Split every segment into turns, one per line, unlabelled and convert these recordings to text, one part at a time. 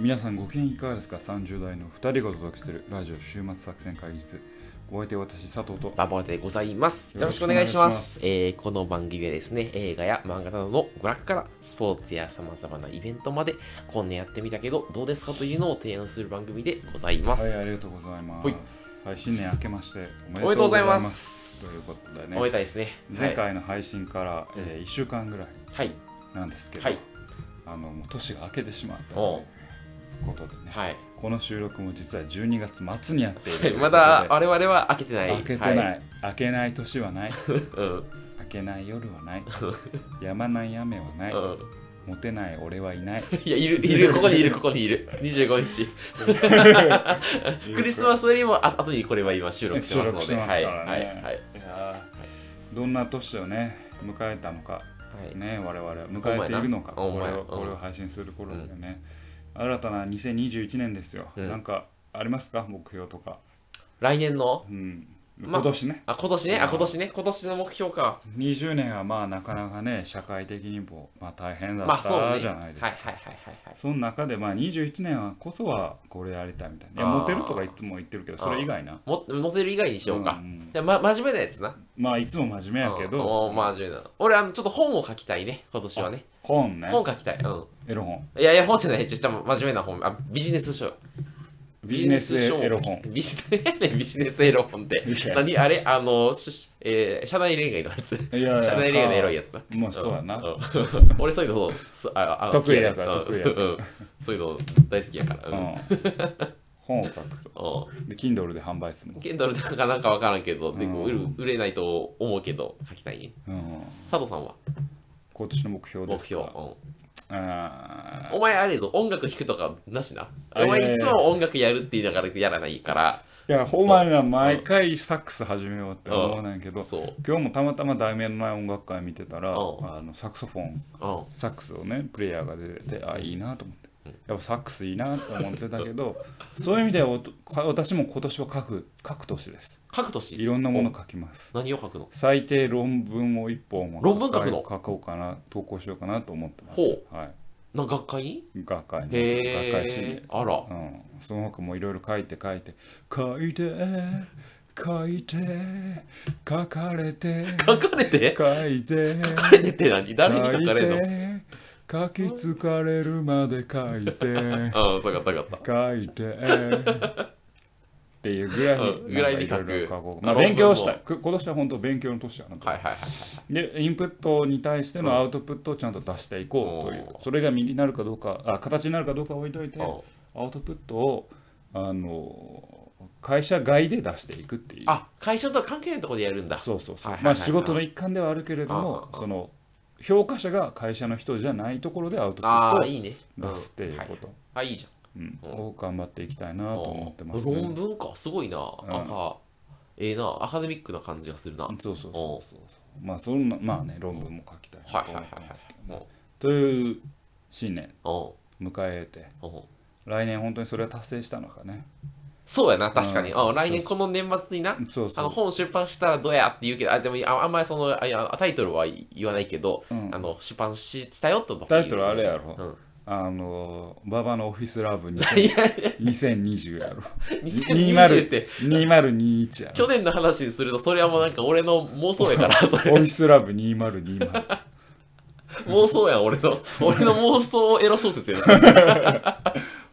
皆さんご機嫌いかがですか ?30 代の2人がお届けするラジオ週末作戦会議室。お相手は私、佐藤と。
ババでございます。
よ
よ
ろ
ろ
し
し
く
く
お
お
願
願
い
い
し
し
ま
ますす。えーこの番組はですね、映画や漫画などの娯楽からスポーツや様々なイベントまで、今年やってみたけど、どうですかというのを提案する番組でございま
は
す。
い、ありがとうございま
ほい
す。はい、新年明けましてお
おめでとうございま
という
す。
ことで
お
ね、
めでたいですね。
前回の配信から、え1週間ぐらい
はい。
なんですけど、
はい。
あのもう年が明けてしまった
お
と
う
いうことでね、
はい。
この収録も実は12月末にやっているということで。
まだ我々は開けてない。
明けてない、
はい。
明けない年はない
うん。う
明
ん。
けない夜はないやまない雨はない、モテない俺はいない
いや、いる、い る、ここにいる、ここにいる。25日。クリスマスよりもあ後にこれは今収録してますの
収
で。
録してます
は
か
い。
らね
はい。はい。
いやーどんな年をね迎えたのかね我々は迎えているのか
お
こ
前
れ
な
を
お前
これを配信する頃だよね、新たな2021年ですよ、
うん
なんかありますか目標とか、
来年の
うん、
まあ
今年ね、
あ、今年ね。あ、今年ね。今年の目標か。
20年はまあなかなかね社会的にも、まあ、大変だ
まあ
っ
そうね。は
た
い
じ
は
ゃ
いは
ないいです
は
か
いはい。
その中でまあ21年はこそはこれやりたいみたいな。いや
あー
モテるとかいつも言ってるけど、それ以外な。
もモテる以外にしようか
うんうん。
でま、真面目なやつな。
まあいつも真面目やけ
うん
ど、
おー真面目なの。俺、あの、ちょっと本を書きたいね。今年はね。
本ね。
本書きたい。う
エロ本。
ん。いやいや、本じゃない。ちょ、ちょ、真面目な本。あ、ビジネス書。
ビジネスエロ
書を
本。
ビジネスビジネスエロ本って
いや。
何あれあの、しえー社内恋愛のやつ。
いやいや
社内恋愛のエロいやつな。
もうそうやな。
ん。俺そういうのそうそああ
得意やから
好きやね
得意
うんそういうの大好きやから。
う
うん
ん 本を書くと。
うん。
で、Kindle で販売するの。
ケンドルだかなんかわからんけど、で
うん
売る売れないと思うけど、書きたいね。
うん
佐藤さんは
今年の目標で
目
す
標。う
か。
ん
あー
お前あれぞ、音楽弾くとかなしな。
えー
お前いつも音楽やるって言いながらやらないから、
いや、ほんまにな、毎回サックス始めようって思わないけど、
そう。
今日もたまたま題名のない音楽会見てたら、あ
うん
のサクソフォン。
うん。
サックスをねプレイヤーが出ててあいいなと思ってやっぱサックスいいなと思ってたけどそういう意味ではおとか私も今年は書く書く年です
書く
い
年
ろんなもの書きます
何を書くの
最低論文を1本も
論文書くの
書こうかな投稿しようかなと思ってます
ほう。
はい
なんか学会に
学会の
へ
学会誌に
え。あら。
うんその他もいろいろ書いて書いて書いて書いて書かれて
書かれて
書いて
書かれてって何誰に書かれる
書き疲れるまで書いて
のうん、そうかったよかっ
書いてっていうぐらい
うん
に
ぐらいに
な
書
ん
く
かいろいろ書こうまあ
なるほど
勉強したく今年は本当勉強の年だなと
た。はいはいはい。
でインプットに対してのアウトプットをちゃんと出していこうという
おー
それが身になるかどうかあ形になるかどうかは置いといて
うん
アウトプットをあの会社外で出していくっていう
あ、会社とは関係ないところでやるんだ。
そうそうそう、
はいはい
ま
はいは
あ
い
仕事の一環ではあるけれど
うんうん
も
う、ん
その評価者が会社の人じゃないところでアウトプッ
ああ、
ト
いいね。
を出すっていうこ
んはい
と
あ、いいじゃん。
うん
うん
を頑張っていきたいなと思ってます
あ論
ね。
文かすごいな、なんかええなアカデミックな感じがするな、はい
そうそうそうそうそう。まあそんなまあね論文も書きたいな
は
と
いは
思
い
ってますけど
は
ね
い。
という新年
うん
迎えて
うん
来年本当にそれは達成したのかね。
そうやな確かに、
う
うんん来年この年末にな
そう
あ
そ
の
う。
本出版したらどうやって言うけどあでもああんまりそのあいやタイトルは言わないけど、
うん
あの出版ししたよってと
タイトルあれやろ。
うん
あの馬場のオフィスラブ
い
2000
やいや
2020やろ。
2020って
2021やろ。
去年の話にするとそれはもうなんか俺の妄想やからそれ
オフィスラブ2020。
妄想や俺の俺の妄想エロ小説やな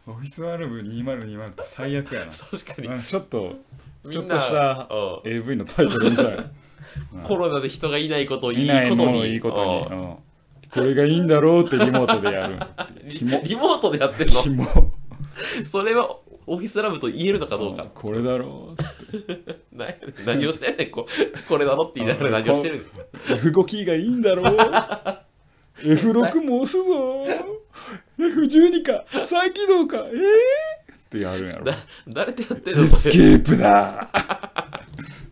オフィスワルブ2020って最悪やな。
確かに
うんちょっと、ち
み
ょっ
んな
とした
うん
AV のタイトルみ たい。
コロナで人がいないことをい
い
い
ない
こ
も
と
のを
に。
いいこ
う
と
ん
にうん。これがいいんだろうってリモートでやるっていう。キモ。
リモートでやっ てるの
キモ。
それはオフィスラブと言えるのかどうか。
これだろ
な何をしてんねん、ここれだろって言いながら何をしてるねん
う。F5 キーがいいんだろ う。F6 も押すぞ。F12 か。再起動か。ええってやるんやろ。
誰とやってんの
エ
そ
ス
れ
ケープだ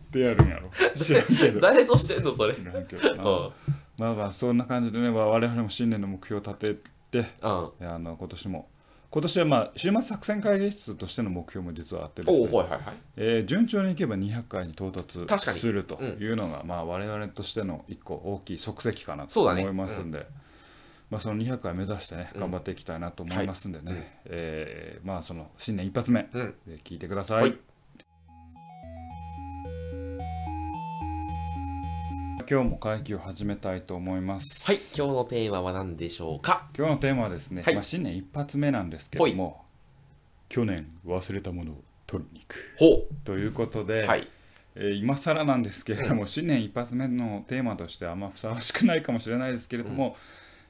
ってやるんやろ。知らんけど。
誰としてんのそれ。う
知
ん。
らん けどな。
うん。
まあまあそんな感じでねまあ我々も新年の目標を立てて
お
あの今年も今年はまあ週末作戦会議室としての目標も実はあってです
お
ね、
はいはいはい。
えー順調にいけば200回に到達
確かに
するというのが、まあ我々としての一個大きい足跡かなと
そうだ
思
ね
いますんで、まあ、その200回目指してね頑張っていきたいなと思いますんでね、
はいうん
えーまあその新年一発目、
うん
えー聞いてください、
はい
今日も会議を始めたいと思います
はい、今日のテーマは何でしょうか
今日のテーマはですね、
はい
まあ、新年一発目なんですけども去年忘れたものを取りに行く
ほ
ということで、
う。はい。
えー今更なんですけれども、新年一発目のテーマとしてはあんまふさわしくないかもしれないですけれども、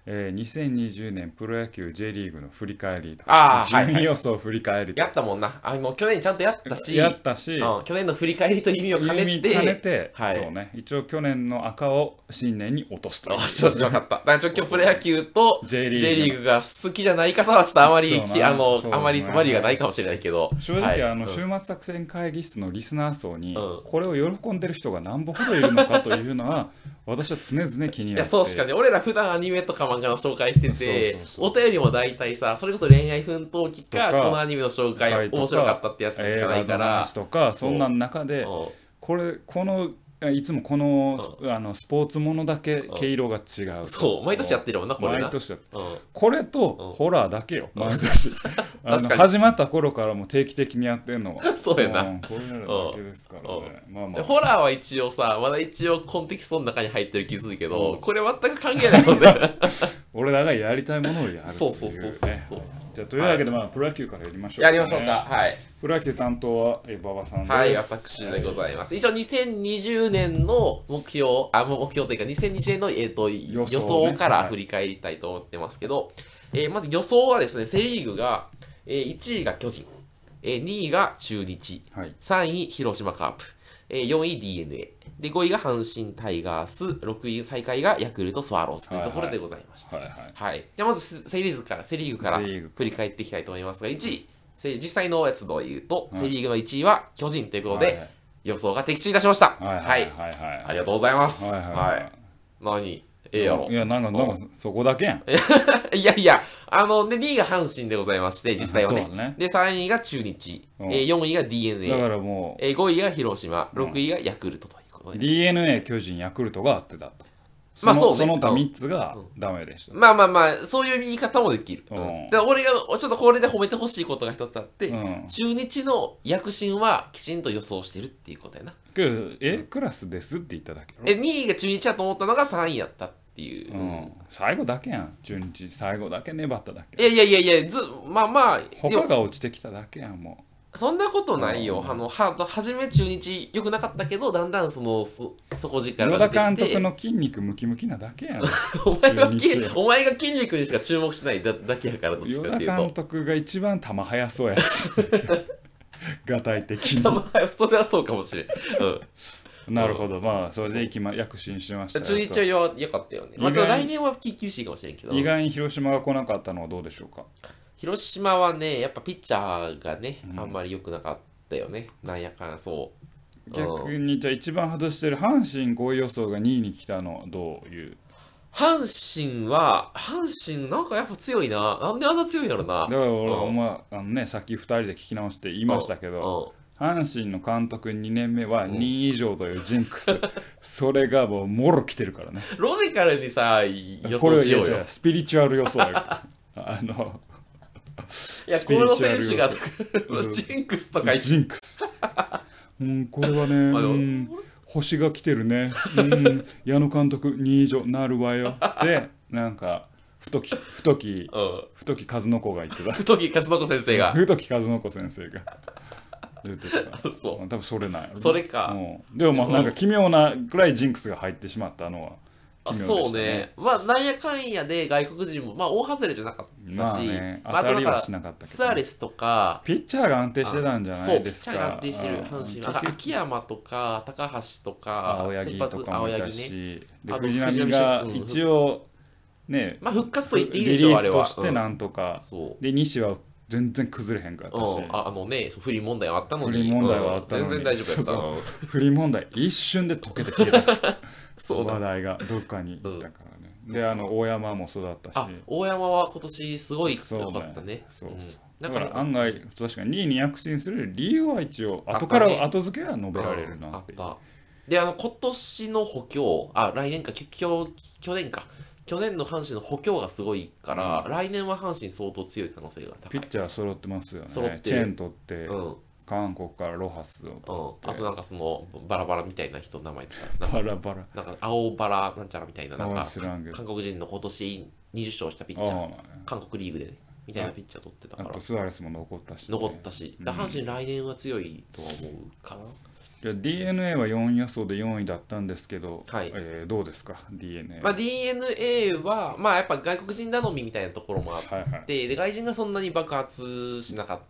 えー2020年プロ野球 J リーグの振り返りと
あーはい
順位予想振り返りと
やったもんな。あ、もう去年ちゃんとやったし、
やったし、
うん、去年の振り返りという意味を兼ねて、
兼ねて、
はい
そうね一応去年の赤を新年に落とすとい
あ、
う
ちょっと分かった。だからちょ今日プロ野球と
J リーグ
J リーグが好きじゃない方は、ちょっとあまり
そう、だ
き
な
あの、
そうだな
あまりつまりがないかもしれないけど。
正直、
はい
あの
うん
週末作戦会議室のリスナー層に、
うん
これを喜んでる人が何歩ほどいるのかというの は私は常々気に
い
な
や
って
そうしかね、俺ら普段アニメとか漫画の紹介してて
そうそうそう
お便りも大体さそれこそ恋愛奮闘記か
とか
このアニメの紹介
とか
面白かったってやつし
映
かない
画
か
の
ら
話とかそんな中で
うん
これこのえいつもこの,、あのスポーツものだけ毛色が違う、
そう毎年やってるもんなこれな
毎年やって
うん
これ
うん
とホラーだけよ、毎 年あ
確
の
かに
始まった頃からもう定期的にやってるのは
そうやなん
これならだけですからね、まあま
で
あ
ホラーは一応さまだ一応コンテキストの中に入ってる気するけど、これ全く関係ないも んね
俺らがやりたいものをやるという、ね、
そうそうそうそうそう
じゃあというわけで、まあ、プロ野球からやりましょう、
やりましょうか。はい
プロ野球担当はえ馬場さんです。
はい私でございます一応2020年の目標あもう目標というか2020年の、えー、と予
予
想
想ね
から
はい
振り返りたいと思ってますけど、えーまず予想はですねセ・リーグが、えー1位が巨人、えー2位が中日
はい。
3位、広島カープ。えー4位、d n a で、5位が阪神タイガース。6位、最下位がヤクルトスワローズというところでございました。
はいはい。
はいじゃあ、まずセ、セリーグから、セリーグから
セリーグから
振り返っていきたいと思いますが、1位、せ実際のやつで言うと、
はい
セリーグの1位は巨人ということで、
はいはい
予想が的中いたしました。
はいはいはいはい。
ありがとうございます。
は
はいい、
はいはい
何ええやろ
い。や、なんか、なんか、そこだけやん。
いやいや、あの、で、2位が阪神でございまして、実際はね。
そうだね
で、3位が中日。え
うん
ー4位が d n a
だからも
えー5位が広島、6位がヤクルトということ
う、
で。
d n a 巨人、ヤクルトがあってだと。
まあ
の
そうね
その他
うん
3つがダメでした。
まあまあまあ、そういう言い方もできる。
う
うんん、だから俺が、ちょっとこれで褒めてほしいことが一つあって、
うん
中日の躍進はきちんと予想してるっていうことやな。
けど、A クラスですって言っただけやろ
え、2位が中日だと思ったのが3位やったっていう。
うん。最後だけやん。中日、最後だけ粘っただ
い
け。
やいやいやいや、ず、まあまあ、で
他
も
が落ちてきただけやん、も
そんなことないよ。あの、は、初め中日良くなかったけど、だんだんその、そ、底
う。
力
野
が
田
出てきて。
監督の筋肉ムキムキなだけやん。
お前が
中日
筋、お前が筋肉にしか注目しないだだけやから、どっち
与
かっ
田
ていうと
監。督が一番球速そうや しがたい的に
まあ、それはそうかもしれん。う
なるほどまあそれでいきま躍進しました
ん。
よ
中日はよ良かったよね。まあ、
意
でも
外
来年はき厳しいかもしれんけど
と。意外に広島が来なかったのはどうでしょうか
広島はね、やっぱピッチャーがね、あんまり良くなかったよね。なんやかんやそう。
逆にじゃあ一番外してる阪神5位予想が2位に来たのはどういう
阪神は、阪神なんかやっぱ強いな。なんであんな強いんやろな
だか。ら俺
うん
お前あのねさっき2人で聞き直して言いましたけど阪神の監督2年目は2位以上というジンクス、それがもうもろ来てるからね
うん、ロジカルにさ、予
こ
想
れ
しよ
は
う
じ
よ
ゃ。スピリチュアル予想やからあの
いや、
ス
こ
ピリチュアル
の選手が、
うん
ジンクスとか言って
ジンクス。うん、これはね、
あでも
うん、星が来てるね。うん、矢野監督2以上なるわよ。で、なんか、太き、太き、
うん。
太き和の子が言ってた。
太木勝信先生が。
太き和の子先生が言ってたから。
そう
多分それない。
それか
うん、でもまあ、なんか奇妙なくらいジンクスが入ってしまったのは
あ
奇妙でした、
そうね、まあ、なんやかんやで外国人も、まあ、大外れじゃなかったし、
まあね、
まあ
当たりはし
あとんか
なかったけ
スア
ど、
レスとか、
ピッチャーが安定してたんじゃな
そう、
い
ピ
で
ッ
す
チ
か。
ャーが安定してる
うん
阪神、
結
あ
局
秋山とか、高橋とか、
青柳と
先発
かもいた
青柳ね、
し、
あ
で
と
藤浪が
藤浪
一応ね、
まあ、復活と
リ
言っていいで
リ
し
ー
ょう、あれ
フ
は。
としてなんとか、
そう
で西は全然崩れへんかった
うん、
し、
ああのね、そう不利問題はあったのに、
不利問題はあったのに
うん全然大丈夫やっ
不倫問題一瞬で解けて消えた
た。 そう
話
だ。
題がどっかに行ったからね。であの大山も育ったし、
あ、大山は今年すごい
そう
良
ね
かったね。
そうそうんだ
だ
か
からら、
案外確かに2位に躍進する理由は一応
あったね
後から後付けは述べられるな
あ
っ
って
いう。
た。で、あの、今年の補強、あ、来年か、きょ去去年か、去年の阪神の補強がすごいから、
うん
来年は阪神相当強い可能性が高
ピ
い
ッ。チャー揃ってますよね
揃ってる
チェーン取って、
うん、うん、
韓国からロハスを
あと
取って、
なんかそのバラバラみたいな人の名前とか、なんか
バラバラ
なんか青バラなんちゃらみたいな、なん
あ
か
知らんけど
韓国人の今年20勝したピ
あ
ッ
あ
チャー、
まあね
韓国リーグでね、みたいなピッチャー取ってた
あ
から
と、スアレスも残ったしね、
残ったし、だから阪神来年は強いとは思うかな。
d n a は4位予想で4位だったんですけど、
はい
えーどうですか d n a
まあ、DNA は、まあ、やっぱ外国人頼みみたいなところもあっ
はいはい、
て、で外人がそんなに爆発しなかった。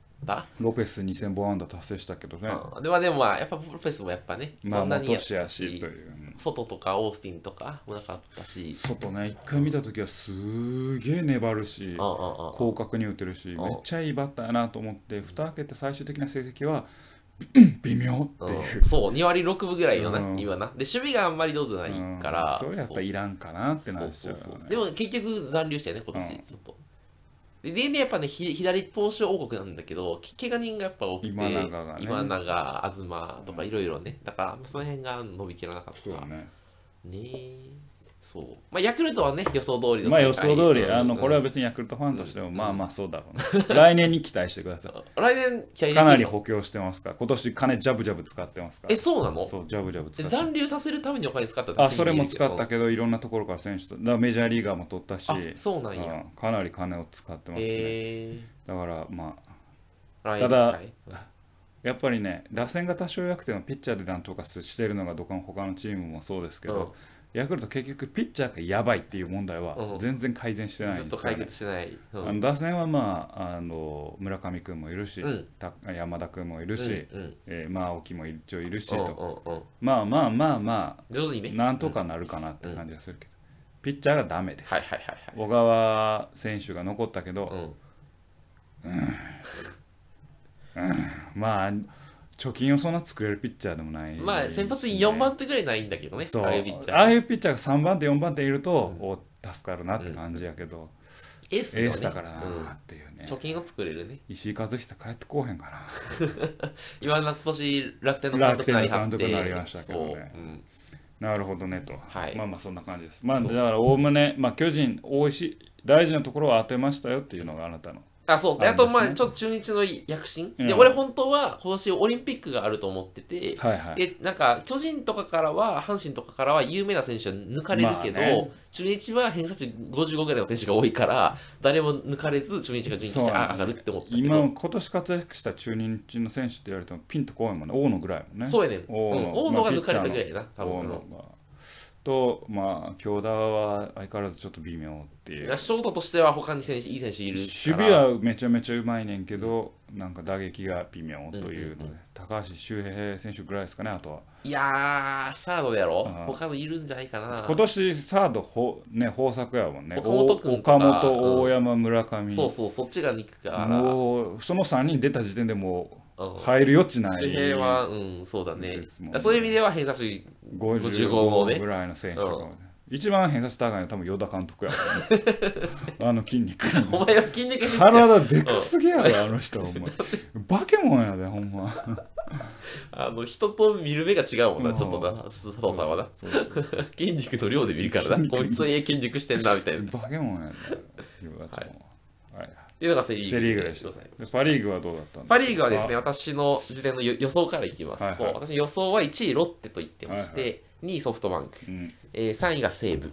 ロペス2000本安打達成したけどね、
うんでまあ、でも、まあ、やっぱプロフェスもやっぱね、
ま
そ
あ
んなに
元
やっ
しやしという、うん
外とかオースティンとかもなかったし、
外ね一回見た時はすげえ粘るし
ああああ
広角に打てるし
あ
めっちゃいいバッターやなと思って蓋開けて最終的な成績は うん微妙っていう
うん、そう、2割6分ぐらいよな、
うん
今な。で、守備があんまり上手じゃない
うん
から、
それやっぱいらんかなってなっちゃうよ
そうそうそうで
ね
も結局残留したよね、今年、
うん
ずっと。で、DNA やっぱね、ひ左投手王国なんだけど、け怪我人がやっぱ多くて、
今永がね
今永東とかいろいろね、だからその辺が伸びきらなかった。
そうね
ねえそう。まあ、ヤクルトはね、予想通りの
まあ予
展開
想通り
うん
あのこれは別にヤクルトファンとしてもまあまあそうだろうな来年に期待してくださ
来年、期待でき
い
る
かなり補強してますから今年金ジャブジャブ使ってますから
え、そうなの
そうジャブジャブ使
え
って
残留させるためにお金使ったって
あそれも使った
け
けどいろんなところから選手とだからメジャーリーガーも取ったし
あ、そうなんや。
うんかなり金を使ってますね、
え
だからまあ
ー、来
た
年
だ
期待
やっぱりね打線が多少弱くてもピッチャーでなんとかしてるのがどこの他のチームもそうですけど、ヤクルト結局ピッチャーがやばいっていう問題
う
は
ん
全然改善して
うん
ない
ずっ
んで
と
すよ、
解
ね
決しない。うん
あの打線はまああの村上君もいるし、
うん
た山田君もいるし、
うんうん
えーまあ青木も一応いるし
うん
と、
うんうん
まあまあまあま
上手に
あ
ね。
なんとかなるかなって感じがするけど、ピッチャーがダメです、
はいはいはいはい。
小川選手が残ったけど、
うん、
まあ貯金をそんな作れるピッチャーでもない、
まあ先発に4番手ぐらいないんだけどね、
そう
ああいうピッチャ
ああ
ー。
いうピッチャーが3番手4番手いると、お助かるなって感じやけど、
エース,、
エースだからなーっていう
う
ね
ん、、貯金を作れるね。
石井和久帰ってこうへんかな
今の今年楽天の監督になりはって
楽天の監督になりましたけどね
そううん
なるほどねと、
はい
まあまあそんな感じですまあだからおおむね、まあ、巨人大石大事なところを当てましたよっていうのがあなたの
あそうですね。
あ
あと、
ですね
まあ、ちょっと中日の躍進。
うん
で、俺、本当は今年オリンピックがあると思ってて、
はいはい
で、なんか、巨人とかからは、阪神とかからは有名な選手は抜かれるけど、
まあね
中日は偏差値55ぐらいの選手が多いから、誰も抜かれず、中日が順位として
そうなん
あ
だ
上がるって思ったけど、
今今年活躍した中日の選手って言われてもピンとこないもんね大野ぐらいもね
そうやねん。うん
大野
大野が抜かれたぐらいやな、
大
多分。
野がとまあ京田は相変わらずちょっと微妙って
い
いう
やショートとしては他に選手いい選手いるから
守備はめちゃめちゃうまいねんけど、なんか打撃が微妙というので、
うんうんう
高橋周平選手ぐらいですかね、あとは。
いやーサードやろ
あー
他のいるんじゃないかな
今年サードほ、ね、豊作やもんね。
岡本君
お
とか
岡本、大山、村上。
そうそうそっちが肉から
もうその3人出た時点でも
うん
う入る余地ない。
周平はうんそうだね
ですもんね
そういう意味では偏差値55号ね
55ぐらいの選手とかもね、一番偏差値高いのは多分与田監督やも んねあの筋肉。
お前は筋肉質や
体でかすぎやろ、あの人、お前。化け物やで、ほんま。
あの人と見る目が違うもん
う
なんちょっとな佐藤さんはな
そうそうそう
筋肉の量で見るからなこいつええ筋肉してんなみたいなっ
バケモンやねヨガちゃんは。はい
ていうのがセ・リーグ
セ・リーグでした。
ございます
でパ・リーグはどうだったんですか
パ・リーグはですね、私の事前の予予想からいきますと、
はいはい
私の予想は1位ロッテと言ってまして、
は
2位ソフトバンク、
うん
えー3位が西武、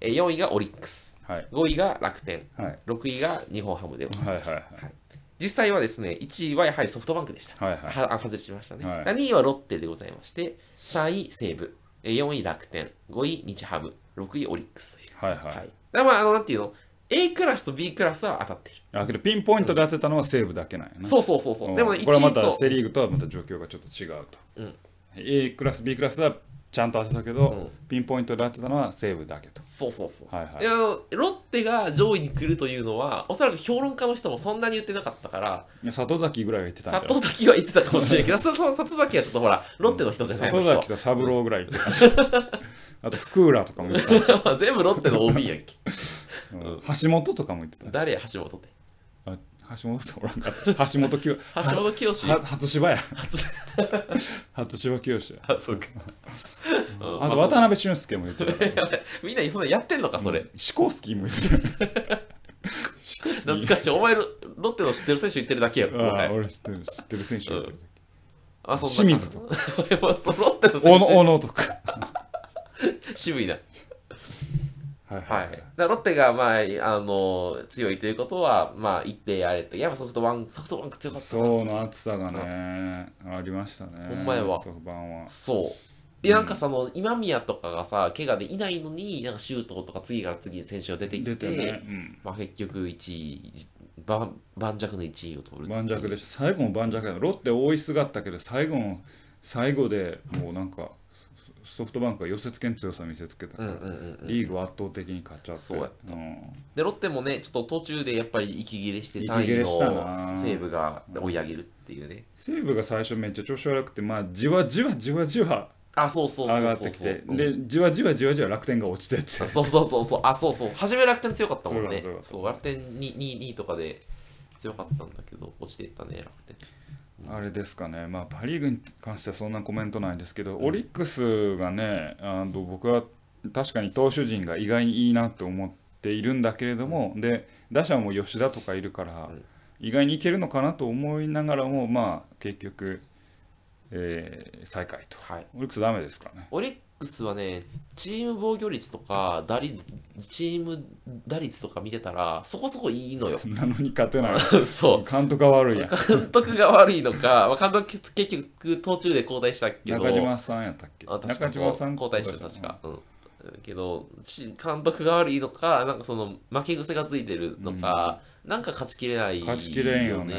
えー4位がオリックス、
はい。
5位が楽天、
はい。
6位が日本ハムでござい
はい
ま
は
し
い
た、
はい
実際はですね1位はやはりソフトバンクでした、
はいはい。
はあ外しましたね、
はい
2位はロッテでございまして3位西武えー4位楽天5位日ハム6位オリックスという
はい
はい、
はい。
だからまああのなんていうの A クラスと B クラスは当たってる、
あけどピンポイントで当てたのは西武だけなんやな。
そうそうそうそ
うん
うでもね
これは
1
ま
位
た
と
セ・リーグとはまた状況がちょっと違うと。
うん
A クラス、B クラスはちゃんと当てたけ
う
ど
ん、
ピンポイントで当てたのは西武だけと。
そうそうそうそう、
はいはい
であのロッテが上位に来るというのはおそらく評論家の人もそんなに言ってなかったから
里崎ぐらいは言ってたんじゃない
里崎は言ってたかもしれないけど里里崎はちょっとほらロッテの人じゃないの
里
人
崎と三郎ぐらい言ってた しあと福浦とかも言ってたし
全部ロッテの OB やんけ。
うん橋本とかも言ってた
誰や、橋本って。
あ橋本さんおらんかった橋本清
橋本清。
は初芝や
初
初芝清や
あ、そうか。うん
あ
まあ
と渡辺俊介も言ってた。
みんなそれやってんのか、 それ。
シコースキーも言ってた。
懐かしい。お前、ロロッテの知ってる選手言ってるだけやろ。
あ
は
あ、
い
俺知ってる、知ってる選手言ってる。
あ、そんな
清水と
か。 そうロッテの
お
選
の、お
手
のとか。
渋いな。
はい
はい、だからロッテが、まあ、あの強いということは、まあ、言ってあれって、やっぱソフトバンク、ソフトバンク強かったな
そうの暑さがね、ありましたね。
ほんまやわ
ソフトバンは。
そう。で、なんかその、今宮とかがさ、怪我でいないのに、なんか周東とか次から次に選手が出てきて、
出てね、うん。
まあ、結局1位、盤盤石の1位を取るっていう。
盤石でした。最後も盤石だ。ロッテ追いすがったけど、最後の、最後でもうなんか、ソソフトバンクが寄せつけん強さ見せつけた
う
か
ん
ら
うんうんうん。
リーグを圧倒的に勝っちゃって。
そうやっ
うん
で、ロッテもね、ちょっと途中でやっぱり息切れして
息
3
切
位
れした
の
な
西武が追い上げるっていうね。
西武が最初めっちゃ調子悪くて、まあ、じわじわじわじわ
あ、そうそう
上
そうそうそう。
がってきて、
うん
で、じわじわじわじわ楽天が落ちてって、
あそうそうそうそう、あ、そうそう、初め楽天強かったもんね
そうだそう。だ
そう、楽天2、2、2とかで強かったんだけど、落ちていったね、楽天。
あれですかね、まあ、パ・リーグに関してはそんなコメントないですけど、オリックスがね、あの僕は確かに投手陣が意外にいいなと思っているんだけれども、で打者も吉田とかいるから、
うん
意外にいけるのかなと思いながらも、まあ、結局、えー最下位と。
はい。
オリックスダメですからね。。
オリックスはね、チーム防御率とか、打率、チーム打率とか見てたら、そこそこいいのよ
なのに勝てない。
そう。
監督が悪いやん。
監督が悪いのか、まあ、監督結局途中で交代したけど、
中島さんやったっけ
あ確か
中島さん
交代した、確か。うん。けど、し監督が悪いのか、なんかその負け癖がついてるのか、なんか勝ちきれない
勝ちきれんよね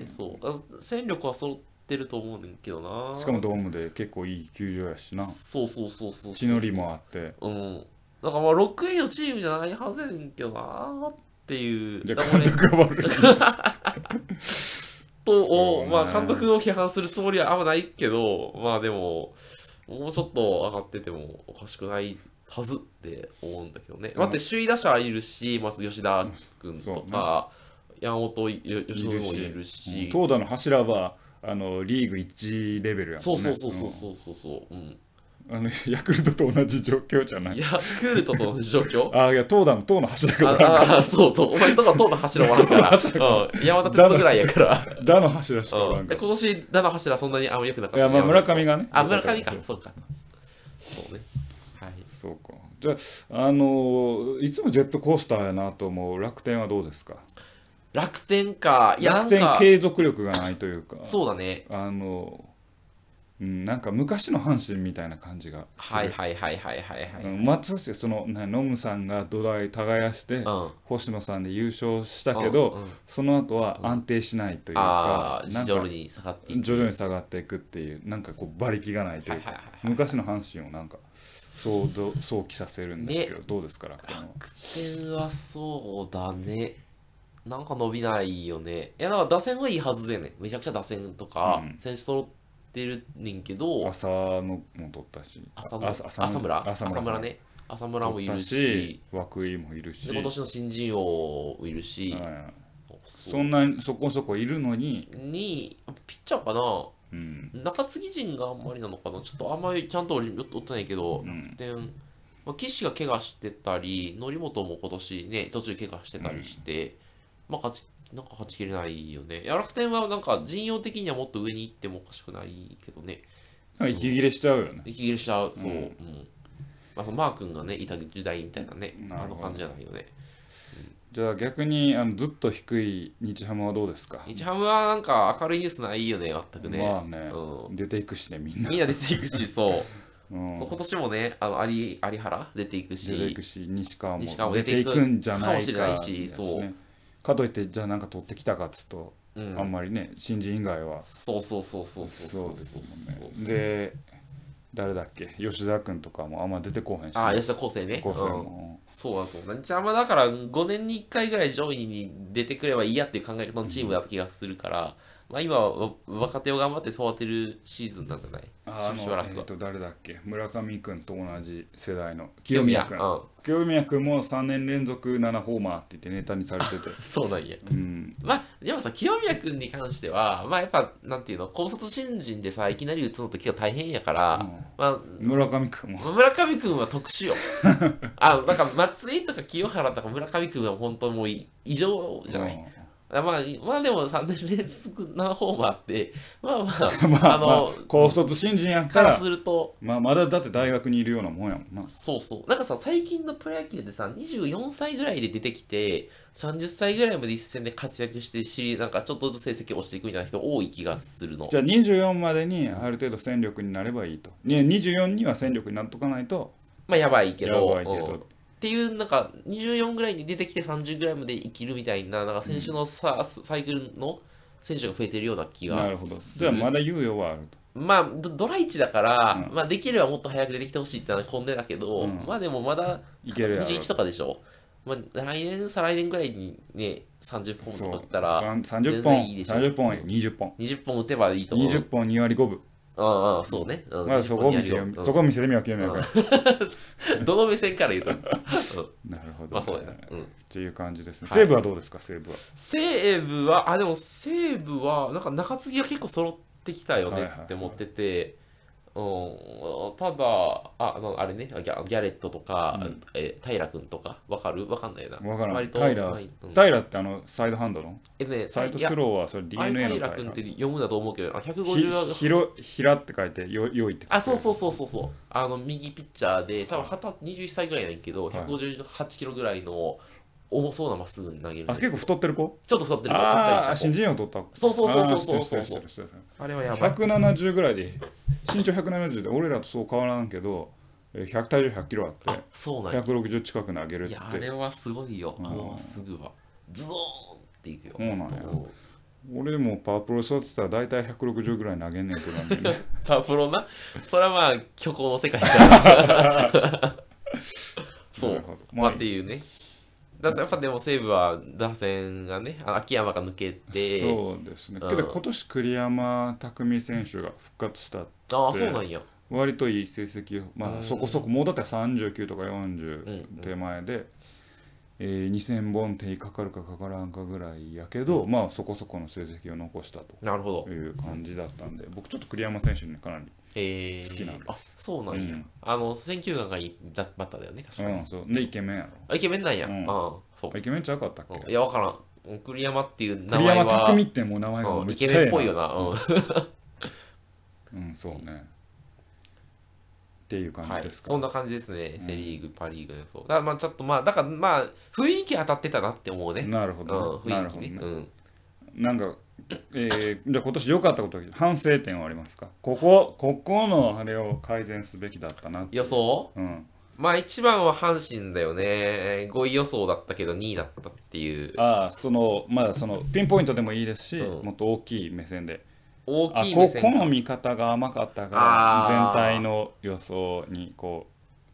うん
そうあ。戦力は揃ってると思うねんけどな。
しかもドームで結構いい球場やしな
そうそうそうそう。
血のり。もあって
うん。なんかまあ6位のチームじゃないはずやねんけどなっていう。
じゃ
だ
あ
から
監
俺
督が悪い
とを、
そうね
まあ監督を批判するつもりはあんまないけど、まあでも、もうちょっと上がっててもおかしくないはずって思うんだけどね。
うん
待って、首位打者いるし、まず吉田君と
そう
か、山本由伸
いる
も
し
いるし、
投打の柱はあのリーグ1レベルや
そ
も
うんそ
ね
うそうそうそうそうそう、うん。
うんあのヤクルトと同じ状況じゃない
いや、クールトと同じ状況
あいや投打の投の柱が
あ
おらんか
あそうそう、お前とかとうの柱もらうから、うん、山田哲人ぐらいやから、
ら打の柱しかおら
うんん、
か
で
ら
今年、七柱そんなにあんま良くなか
い
った
や
ね。
まあ
山
村
田さん
上がね
あ、村上か、
そう
そうか。そうね。はい。
そうかじゃああのいつもジェットコースターやなと思う楽天はどうですか
楽天か、いや、な
楽
ん
天
か、
継続力がないというか
そうだね。
あの、うん、なんか昔の阪神みたいな感じがする。
はいはいはいはいはいはい。
う
うん。
んまあ確かにそのなノムさんが土台耕して星野さんで優勝したけど、
うんうん
その後は安定しないという
あ
か
あ、、
なん
徐
か
々に下がっていく。
徐々に下がっていくっていうなんかこう馬力がないというか、
はいはいはいはい
昔の阪神をなんかそうど想起させるんですけど、どうですか楽天は
楽天はそうだね。なんか伸びないよね。いや、なんか打線はいいはずでね。めちゃくちゃ打線とか
う、ん
選手揃ってるねんけど、
浅野も取ったし
浅村
浅
浅村
浅
浅
村
村ね。浅村も
取
い
った
る
し
し、
涌井もいるし
で今年の新人王もいるし、
はい
そう
そんなにそこそこいるのに、
に、ピッチャーかな
うん、
中継ぎ陣があんまりなのかなちょっとあんまりちゃんと俺追ってないけど、
うん
楽天、まあ、岸が怪我してたり、則本も今年ね、途中怪我してたりして、まあ勝ち、なんか勝ちきれないよね。いや、楽天はなんか陣容的にはもっと上に行ってもおかしくないけどね。
なんか息切れしちゃうよね。
息切れしちゃう、そう。う
うん
ん。まあ、そのマー君がね、いた時代みたいなね、
な
あ
る
の
ほど
感じじゃないよね。
じゃあ逆にあのずっと低い日ハムはどうですか、
日ハムはなんか明るいニュースないよね、全くね。
まあね、
う
出ていくしね、みんな。
みんな出ていくし、そう。
うん
そう今年もね、あの有有原出ていく
出てい
し
く、し、西川
西川
も
も
出ていくんじゃないか
かもしれないし
だねかといって、じゃあなんか取ってきたかっつうと、
う
あん
ん、
まりね、新人以外は。
そうそうそうそうそう
そうで
そう
すもんね。で、誰だっけ吉田君とかもあんま出てこうへんし、
ああ、吉田康生ね。
高専
うん
も。
そうだと思う。じゃあまあだから5年に1回ぐらい上位に出てくればいいやっていう考え方のチームだった気がするから、まあ、今は若手を頑張って育てるシーズンなんじゃない
ああの
しばらくは
えっと誰だっけ村上君と同じ世代の清
清
宮
宮
君
うん
清宮君も3年連続7ホーマーって言ってネタにされてて
そうなんや。
うん
まあ、でもさ、清宮君に関しては、まあやっぱ、なんていうの、高卒新人でさ、いきなり打つのって結構大変やから、
うん
ま
村上君も
あ、村上君は特 殊よ。あ、なんか松井とか清原とか村上君は本当もうい異常じゃない。あまあ、いまあでも3年 連続7ホーマーって、まあま
う
あ、
ん まあ
あの
まあ高卒新人やっ
か
た
ら
ら
すると、
まあまだだって大学にいるようなもんやもんな
そうそう。なんかさ、最近のプロ野球でさ、24歳ぐらいで出てきて、30歳ぐらいまで一戦で活躍してし、なんかちょっとずつ成績落ちていくみたいな人多い気がするの。
じゃあ24までにある程度戦力になればいいとね24には戦力になっとかないと
まあ、やばいけ
や
ど。
ばいけ
うんっ
ど
ていう、なんか、24ぐらいに出てきて30ぐらいまで生きるみたいな、なんか選手のさ、サイクルの選手が増えてるような気がする。
なるほどじゃあまだ猶予はあると
まあ、ドドライチだから、
う
まあ、できればもっと早く出てきてほしいってのは本音だけど、
うん
まあでもまだ
いけるやろ
21とかでしょ。まあ、来年、再来年ぐらいにね、30本と
そ
か
う
打ったら、
さん30
全
本
然いいでしょ
30本20本
20本打てばいいと思う。
20本2割5分
ああ、そうね。うん
まだそこを見せ
20本やるよ
そこを見せてみよう清宮君
うんどの目線から言うと、うん
なるほど、
まあそうやな。うん
っていう感じですね。
はい
西武はどうですか、西武は。
西武はあでも西武はなんか中継ぎが結構揃ってきたよ
はい
ね
はいはい
って思ってて、うん、ただああのあれねギャギャレットとか、え平君とかわかるわかんないな
わからん。
割と
平
まあうん、
平ってあのサイドハンドの
えっとね
サイド
いや
スローはそれ
あれ
DNA の
平
平
君って読むんだと思うけどあ
ひ
150は
ひろひらって書いて、よよいって書いて。
あそうそうそうそうそうあの右ピッチャーで多分はた21歳ぐらいなんやけど
はい
158キロぐらいの重そうなまっすぐ投げるん
あ
ですよ
結構太ってる子
ちょっと太ってるからピッチャー
あ
にした
あ、
子
新人王取った子。
そうそうそうそうそう
あー知ってる知ってる知ってる知ってる
あれはやばい
170ぐらいで、身長170で、俺らとそう変わらんけど、えー100体重100キロあっ
あ
て、
そうなんや
160近く投げるっ
い
つ
や
っ
あれ
て、
はすごいよあ
う
の
ん
まっすぐはズドーンっていくよ
そうなんや
うん
俺もパワープロ育てたら大体160ぐらい投げんねんけどね。
パワプロなそれはまあ虚構の世界だから そ
なる
う
ほど
まあっていうねだからやっぱでも西武は打線がねあの秋山が抜けて
そうですね、
うん
けど今年栗山匠選手が復活した
ああそうなんや
割といい成績を、ま
う
あ、
ん
そこそこもうだって39とか
うん
40手前で、えー2000本手にかかるかかからんかぐらいやけど、まあそこそこの成績を残したと
なるほど
いう感じだったんで僕ちょっと栗山選手にかなり、
えー、
好きなんです
あそうなんや、
うん
あの選球眼がいいバッターだよね確かに、
うん、そうでイケメンや
あイケメンなんや、
う
うんん、あそう
ろイケメンちゃうかったっ
うん
け
いやわからん栗山っていう名
栗
前
山
は
匠ってもう名前が
う
め
ん
っ
イ
ち
ケ
ゃえ
メンっ
えな
ぽいよな、うん、
うんそうねっていう感
は
じ
い
で、すか、
そんな感じですね、セ・リーグ、パ・リーグの予想。だからまあちょっとまあ、だからまあ、雰囲気当たってたなって思うね。
なる
う
ほ
ん、
ど、な
雰
る
囲気
ほど
ね。
ね
うん、
なんか、えー、じゃあ今年良かったこと反省点はありますかここここのあれを改善すべきだったな
予想
うん
まあ一番は阪神だよね。5位予想だったけど2位だったっていう。
ああそのまだそのピンポイントでもいいですし、
うん
もっと大きい目線で
大
あ
きい
こ
目
こ
線。
の見方が甘かった
あ
から
ー
全体の予想にこ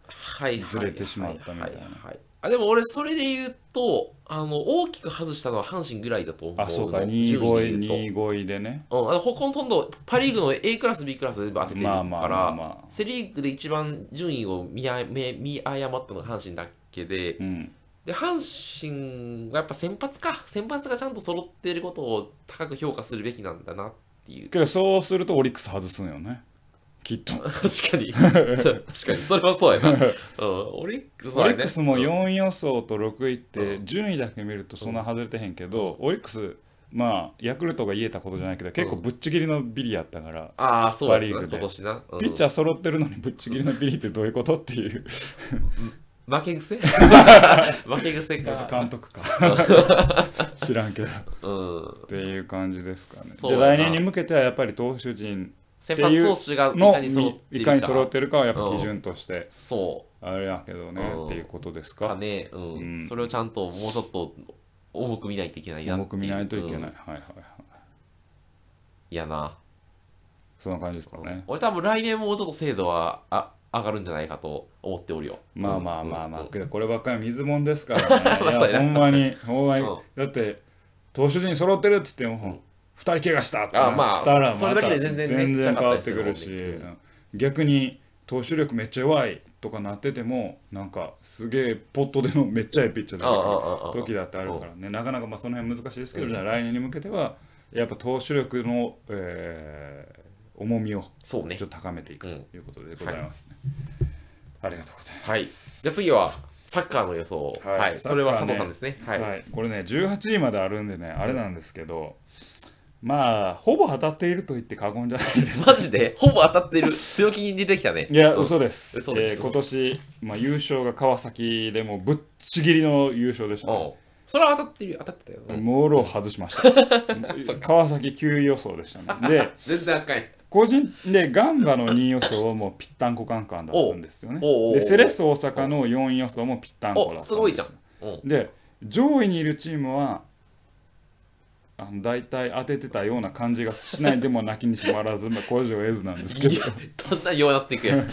はいはいはい
ずれてしまったみたいな
ははいあでも俺、それで言うと、あの、大きく外したのは阪神ぐらいだと思う
う
の。
あそうか
順
2 5
位で
位
言うと
2 5位でね
うん、あのほほとんどパ・リーグの A クラス、B クラス全部当ててるから、
まあまあまあま
セ・リーグで一番順位を見あめ見誤ったのが阪神だけで、
うん
で阪神はやっぱ先発か、先発がちゃんと揃っていることを高く評価するべきなんだなっていう。
けどそうするとオリックス外すんよねきっと
確 かに、確かに、それはそうやな。うん、オリックス
オ
は
リ
ね、
ックスも
うん
4予想と6位って順位だけ見るとそんな外れてへんけど、オリックスまあヤクルトが言えたことじゃないけど結構ぶっちぎりのビリやったから、
ああ、そうやな、
パリーグで
今年な。うん
ピッチャー揃ってるのにぶっちぎりのビリってどういうことっていう
負け 癖負け癖か。
監 督か知らんけどっ
うん、
ていう感じですかね
そう
で
やな
来年に向けてはやっぱり投手陣
先発投手がい
の
かに揃ってい
い
る
か
か
に揃ってるかはやっぱ基準として
そう。
あれやけどね、
うん
っていうことです
か
か
ね、うん
うん
それをちゃんともうちょっと重く見ないといけないなって
重く見ないといけない、
うん
はいはいはい
いやな、
そんな感じですかね、
俺多分来年もうちょっと精度はあ上がるんじゃないかと思っておるよ
まあまあまあま
うん
あ、けどこればっかり水もん ですからね。いや、ほんまに、ほんまに
うん。
だって、投手陣揃ってるっつっても、 2人怪我したって
あま
な
あ
ったら
そそれだけで全然ね
全
ちゃ
然変
かった
わ
り
っ
す
て
る
く
もん
る
ね
し、うん逆に投手力めっちゃ弱いとかなっててもなんかすげえポットでもめっちゃええピッチャー
あああ
だ
あああ
け時だってあるからねなかなかまあその辺難しいですけど、じゃあ来年に向けてはやっぱ投手力の、えー重みを
そうね
ちょっと高めていくということでございますね。ありがとうございます。
はいじゃあ次はサッカーの予想
はい
はいそれは佐藤さんですね
は、
はいい
これね18位まであるんでねあれなんですけど、まあほぼ当たっていると言って過言じゃないです。
マジでほぼ当たってる強気に出てきたね
いや、
うん
嘘です。
嘘
え
です
ー今年、まあ、優勝が川崎でもうぶっちぎりの優勝でした、
うんそれは当たってるよ当たってたようん
モールを外しま した。川崎9位予想でした ね。で、
全然あかんやん
個人でガンバの2位予想はもうぴったんこカンカンだったんですよね
おうおうおうおう。
で、セレッソ大阪の4位予想もぴったんこだったん
お
です
す
よ
ごいじゃんうん
で上位にいるチームはあの大体当ててたような感じがしないでも泣きにしまらず、まあ、 工場絵図なんですけど
いやだんだん弱なっていくやん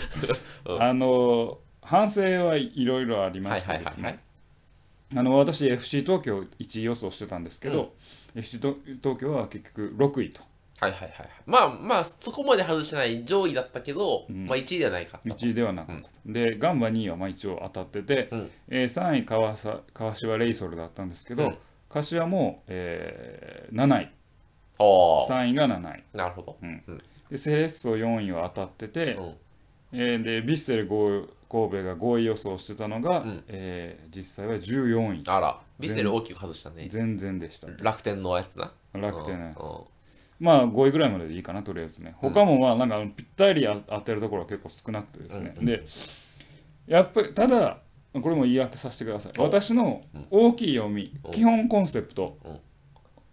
うん
あの反省はいろいろありましてです
はいはいはいは
ねあの私 FC 東京1位予想してたんですけど、FC と東京は結局6位と
はいはいはいはい。まあまあ、そこまで外してない上位だったけど、まあ1位ではないかった。
1位ではなかった、でガンバ2位はまあ一応当たってて、
うん
えー3位川さ川島レイソルだったんですけど、
うん
柏も、えー7位
あ
3位が7位
あ、なるほど。
でセレッソ4位は当たってて、
うん
えーでヴィッセル神戸が5位予想してたのが、
うん
えー実際は14位
あら、ビステル大きく外したね。
全然でした、
楽天のやつな。
楽天のやつ
うんうん
まあ5位ぐらいまででいいかなとりあえずね他もまあなんかあのぴったりあ当てるところは結構少なくてですね、でやっぱりただこれも言い訳させてください
お
私の大きい読み、
お
基本コンセプト、
うん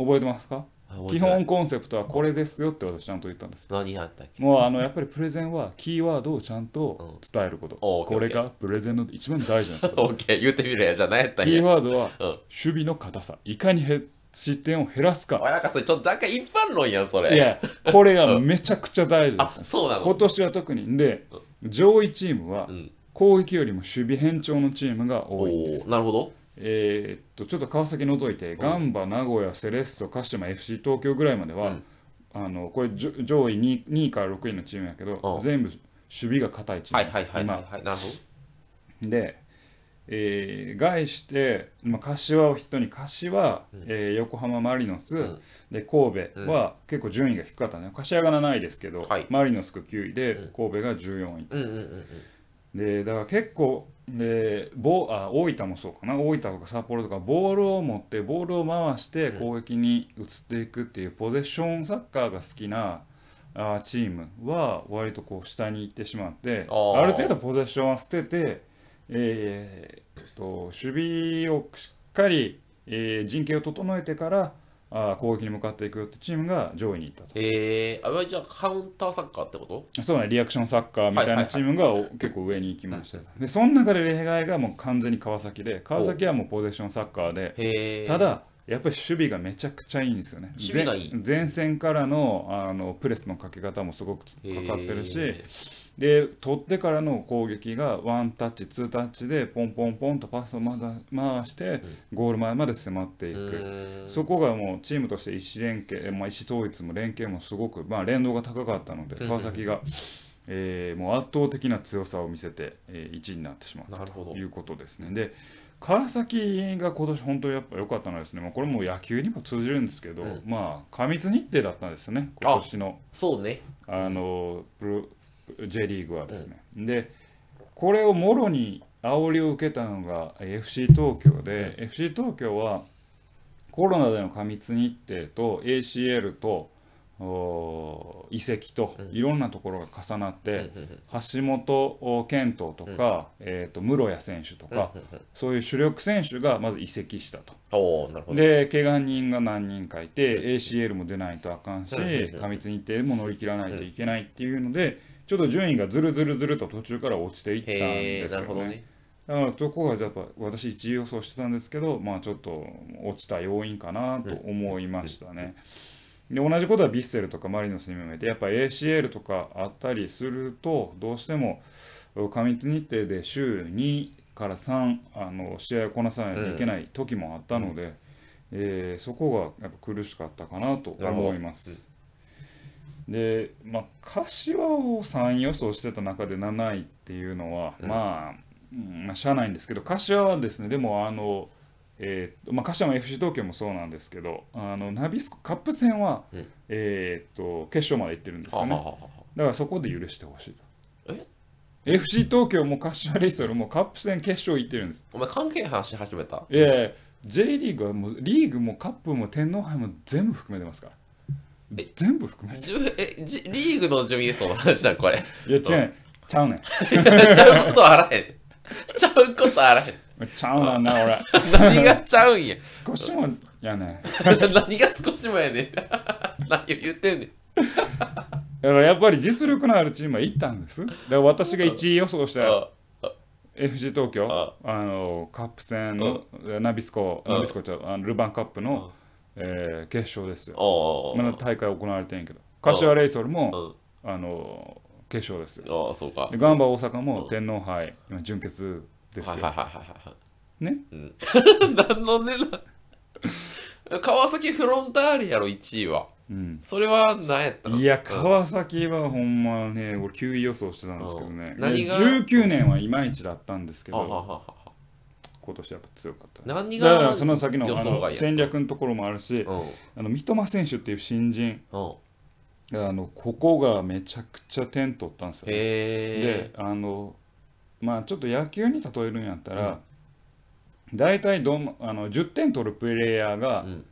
覚えてますか
あ覚え
基
てない
本コンセプトはこれですよって私ちゃんと言ったんです
何やったっけ
もうあのやっぱりプレゼンはキーワードをちゃんと伝えること、
おーオッケー
これがプレゼンの一番大事なこと
オッケー、言ってみるや。じゃあ何やったん
キー
や。
ワードは
うん
守備の硬さいかにへ失点を減らすか
おいなんかそれちょっと若干一般論やん、そ
い
れ。
やこれ がめちゃくちゃ大事
あ
で、す
そうなの
今年は特にで上位チームは
うん
攻撃よりも守備偏重のチームが
お
多いんです
ーなるほど。
えーっとちょっと川崎除いてガンバ名古屋セレッソ鹿島 FC 東京ぐらいまでは、
うん
あのこれじょ上位 2, 位から6位のチームやけど、
うん
全部守備が硬いチー
はい
ムです、
はいはい
今
はいはい。なるほ
で、えー、概して、まあ、柏を筆頭に柏、えー横浜マリノス、
うん
で神戸は結構順位が低かったね柏が7位ですけど、
はい
マリノスが9位で、神戸が14位
ど。うんうんうんうん。
でだから結構でボあ大分もそうかな大分とか札幌とかボールを持ってボールを回して攻撃に移っていくっていうポゼッションサッカーが好きなあチームは割とこう下に行ってしまって
あー
ある程度ポゼッションは捨てて、えーえっと守備をしっかり、えー陣形を整えてからあー攻撃に向かっていくよってチームが上位に行ったと。
えー、あれじゃあカウンターサッカーってこと
そうね、リアクションサッカーみたいなチームがお結構上に行きました。で、その中で例外がもう完全に川崎で、川崎はもうポゼッションサッカーで、
へえ。
た、だ、やっぱり守備がめちゃくちゃいいんですよね。
守備がいい
前前線からのあのプレスのかけ方もすごくかかってるし、で取ってからの攻撃がワンタッチ、ツータッチでポンポンポンとパスをまだ回して、ゴール前まで迫っていく。
うん。
そこがもうチームとして意思連携、まあ、意思統一も連携もすごく、まあ、連動が高かったので、
うん
川崎が、えーもう圧倒的な強さを見せて、えー1位になってしまった
なるほど
ということですね。で川崎が今年本当にやっぱ良かったのはですね、まあ、これもう野球にも通じるんですけど、
うん
まあ過密日程だったんですよね、今年の
そうね。
あのプロ J リーグはですね。でこれをもろに煽りを受けたのがえー FC 東京で、FC 東京はコロナでの過密日程と ACL とおー移籍と
うん
いろんなところが重なっ
うん
て、
うんうん
橋本健人とか、えー、と室谷選手と
うんうん
か、
うん。
そういう主力選手がまず移籍したと。
おおなるほど。
で怪我人が何人かいて ACL も出ないとあかんし
うんうんうん
過密日程も乗り切らないといけないっていうのでちょっと順位がずるずるずると途中から落ちていったん
へえ、
です
なる
よ
ほど
ね。
ね。
だからそこがやっぱ私1位予想してたんですけどまあちょっと落ちた要因かなと思いましたね。で同じことはヴィッセルとかマリノスにも見えてやっぱ ACL とかあったりするとどうしても過密日程で週2から3あの試合をこなさないといけない時もあったので、えーそこがやっぱ苦しかったかなと
なるほど
思います。で、まあ、柏を3予想してた中で7位っていうのは、
うん
まあ、うんまあ、しゃあないんですけど、柏はですね、でも、あの、えーとまあ、柏も FC 東京もそうなんですけど、あのナビスコカップ戦は、
うん
えー、と決勝まで行ってるんです
は
よ
あ
ね。
はあはあはあ
だからそこで許してほしいと。
え
FC 東京も柏レイソルもカップ戦決勝行ってるんです。
お前関係話し始 めた
いやいや J リーグはもうリーグもカップも天皇杯も全部含めてますから
え。
全部含めて。
じゅえじリーグの順位予想の話じゃんこれ
いや違うねんちゃうねん。
ちゃうことあらへんちゃうことあらへん
ちゃうなんな俺。
何がちゃうんや
少しもやねん。
何が少しもやねん 何を言ってんねん
だからやっぱり実力のあるチームは行ったんです。だから私が1位予想した
あ
FC 東京
あ
あのカップ戦のナビスコ
あ
ナビスコちゃうあのルヴァンカップの
あ、
えー決勝ですよ。
お
まだ大会行われてんやけど柏レイソルも
うん
あの決勝ですよ
ああ、そうか。
でガンバ大阪も
うん
天皇杯今準決です
はいは
よ
いはいはいは
ね
い。何のねな。 川崎フロンターレやろ、1位は。
うん
それは何やったの
いや
うん
川崎はほんまね俺9位予想してたんですけどね
う
で
ん何が
19年はいまいちだったんですけ
あはは
ど
はは
今年やっぱ強かった
何が
だからその先の
予
あ
想
の
外や
戦略のところもあるし
うん。うん。
あの三笘選手っていう新人あのここがめちゃくちゃ点取ったんですよ
へえ
で。あのまあちょっと野球に例えるんやったら、大体どんあの10点取るプレイヤーが、
うん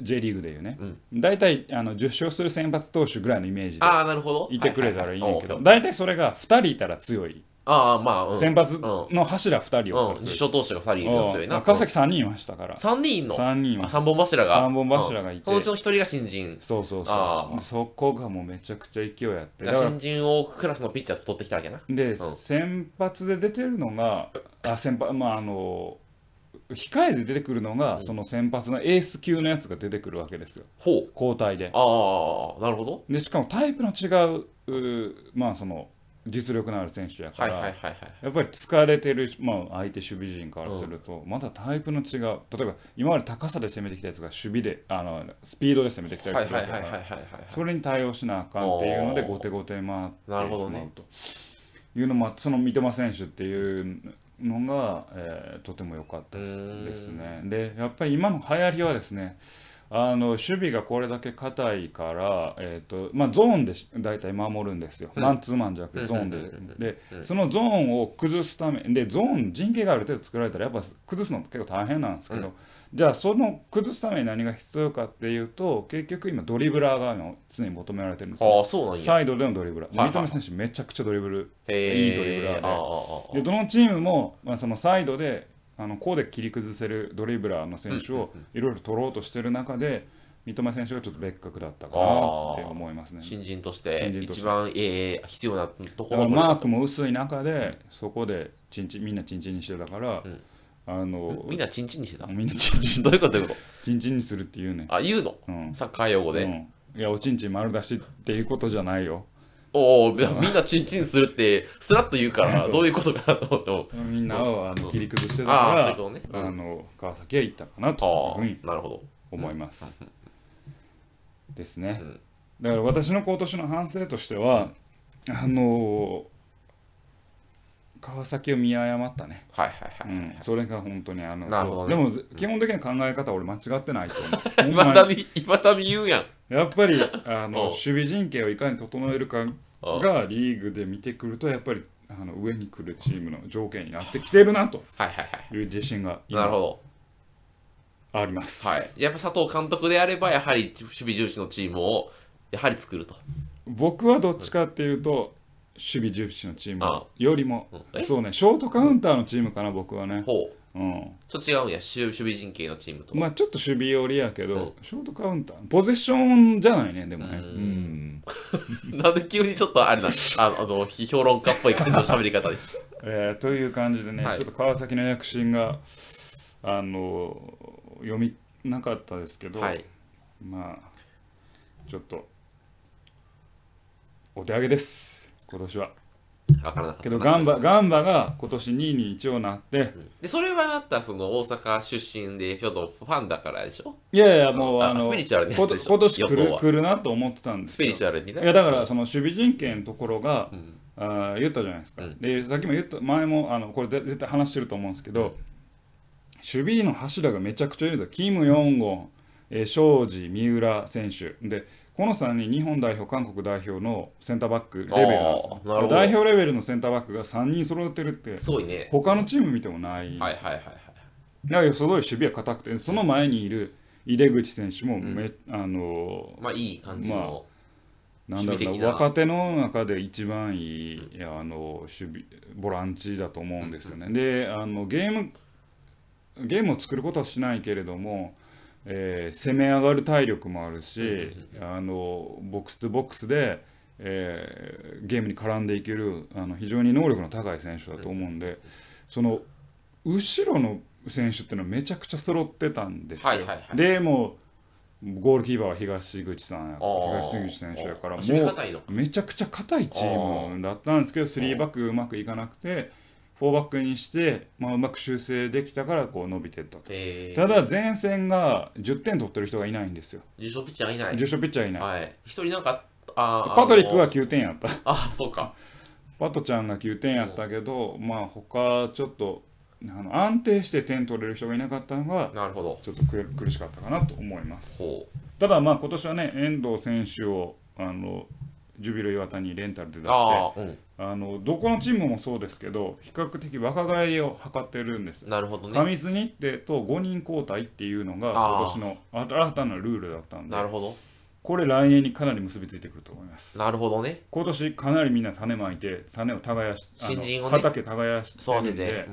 J リーグでいうね、大体あの10勝する先発投手ぐらいのイメージで
ああ、なるほど。
いてくれたらいいん
は
や
は
け
は
ど
い
大体それが2人いたら強い、
ああ、まあ、うん。
先発
ん
の柱2人を
うん。実証投手が2人いるやつよな。
川崎3人いましたから
3人いんの
3人
あ
は
三本柱が。
三本柱がいて
うんそのうちの1人が新人。
そうそう
あ
そう
ー
そこがもうめちゃくちゃ勢いあってだから
新人をクラスのピッチャーと取ってきたわけやな。
で、
うん
先発で出てるのが、あ先発まああの控えで出てくるのが、その先発のエース級のやつが出てくるわけですよ、
ほう。
交代で。
ああ、なるほど。
でしかもタイプの違ううーまあその実力のある選手やか
はい
ら、
はいはいはい。
やっぱり疲れてる、まあ、相手守備陣からすると、まだタイプの違う、例えば今まで高さで攻めてきたやつが守備であのスピードで攻めてきたり
はい
する
は
わ
い
け
は
だ
いはい
か
はい
ら
はい。
それに対応しなあかんっていうので
おー
後手後手回ってしま
なる
う
ほどね
というのもあってその三笘選手っていうのが、えーとても良かったで
うー
す
ん
ですね。でやっぱり今の流行りはですねあの守備がこれだけ硬いから、えーとまあ、ゾーンでし大体守るんですよ、
うん
マンツーマンじゃなくてゾーンで、
うんうんうんうん
で
うん
そのゾーンを崩すためでゾーン陣形がある程度作られたらやっぱ崩すの結構大変なんですけど、
う
じゃあその崩すために何が必要かっていうと結局今ドリブラーが今常に求められてるんですよ
ああ、そうなんや。
サイドでのドリブラー
はいはい
三笘選手めちゃくちゃドリブル
へー
いいドリブラーで
ああああ
でどのチームも、まあ、そのサイドであのこうで切り崩せるドリブラーの選手をいろいろ取ろうとしてる中で三笘選手がちょっと別格だったかなって思いますね。
新人として
新人として
一番えー必要なと
だ
こ
か
ろ
ら
ま
マークも薄い中でそこでチンチンみんなチンチンにしてたから、
うん
あの
みんなチンチンにしてた。
みんなチンチン
どういうことどういうこ
チンチンにするって言うねん
とあ、言うの
うん
サッカー用語
う
で。
んいやおちんちん丸出しっていうことじゃないよ
おお、みんなチンチンするって、スラッと言 うから、どういうことかなと思って。
みんなをあの切り崩してた
ああ、そういう
か
ことね。う
ら
ん
あの川崎へ行ったかな
あ
というふうに
あ、なるほど。
思いますですね
うん
だから私の今年の反省としてはあの川崎を見誤ったね
はいはいは
うん、それが本当にあの
なるほどね
でもぜ基本的な考え方は俺間違ってないと思うほん
い。い ま
ま
だ
に
に、いまだに言うやん。
やっぱりあ
お
の
う
守備陣形をいかに整えるか
おう
がリーグで見てくるとやっぱりあの上に来るチームの条件になってきてるなと
はいはいはい。
いう自信が
なるほ
今
ど。
あります。
はい。やっぱ佐藤監督であれば、やはり守備重視のチームを、やはり作ると。
僕はどっちかっていうと守備重視のチーム
あ
よりも
うんえ
そうねショートカウンターのチームかな僕はね。
ほう。
うん
ちょっと違うんや、守守備陣形のチームと。
まあちょっと守備寄りやけ
う
どショートカウンターポゼッションじゃないねでもね。
うん
うん
なんで急にちょっとあれな、ああの、批評論家っぽい感じの喋り方で。
えーという感じでね、
はい
ちょっと川崎の躍進があの読みなかったですけど、
はい。
まあちょっとお手上げです今年は
わからなかった
けどガンバガンバが今年2位に一応なって
うんでそれはあなたその大阪出身でフィョドファンだからでしょ
いやいやもう
あ
あの
スピリチュアルなや
こ
つでしょ
今年来
予想
る
は
来るなと思ってたんです
ス
け
ピ
ど
リチュアルにね
いやだからその守備陣形のところが、
ん
あー言ったじゃないですか、
うん
でさっきも言った前もあのこれで絶対話してると思うんですけど、守備の柱がめちゃくちゃいるんですよキム・ヨンゴン、えー、庄司三浦選手でこの3人日本代表韓国代表のセンターバックレベルなんです
あーなる
よ
ほど
代表レベルのセンターバックが3人揃ってるって
すごいね
他のチーム見てもない、
はいはいはいはい
だからすごい守備は硬くてその前にいる井出口選手もめ、あのー
まあいい感じ
まあ
の、
なんだろ
守備
う
的
な
な
若手の中で一番いい、いやあの守備ボランチだと思うんですよね。であのゲームゲームを作ることはしないけれども、えー攻め上がる体力もあるし、あのボックスとボックスで、えーゲームに絡んでいけるあの非常に能力の高い選手だと思うんで、その後ろの選手っていうのはめちゃくちゃ揃ってたんですよ。
はいはいはい
でもうゴールキーパーは東口さんや
あー
東口選手やからも
あ守備
う
堅いのか
めちゃくちゃ硬いチームだったんですけど3バックうまくいかなくて4バックにして、まあ、うまく修正できたからこう伸びてったと
えー、
ただ前線が10点取ってる人がいないんですよ
優勝ピッチャーいない
重賞ピッチャーいない
はい一人なんかあー
パトリック
あ
は
の
9点やった
あそうか
パトちゃんが9点やったけどまあ他ちょっとあの安定して点取れる人がいなかったのが
なるほど
ちょっとく苦しかったかなと思います
ほう
ただまあ今年はね遠藤選手をあのジュビロ磐田にレンタルで出してあ
ああうん
のどこのチームもそうですけど比較的若返りを図ってるんです
なるほどね
過密日程と5人交代っていうのが
あ
今
ー
年の新たなルールだったんで
なるほど
これ来年にかなり結びついてくると思います
なるほどね
今年かなりみんな種まいて種を耕しあの
新人をね
畑耕してる
育
ん
て
で
て、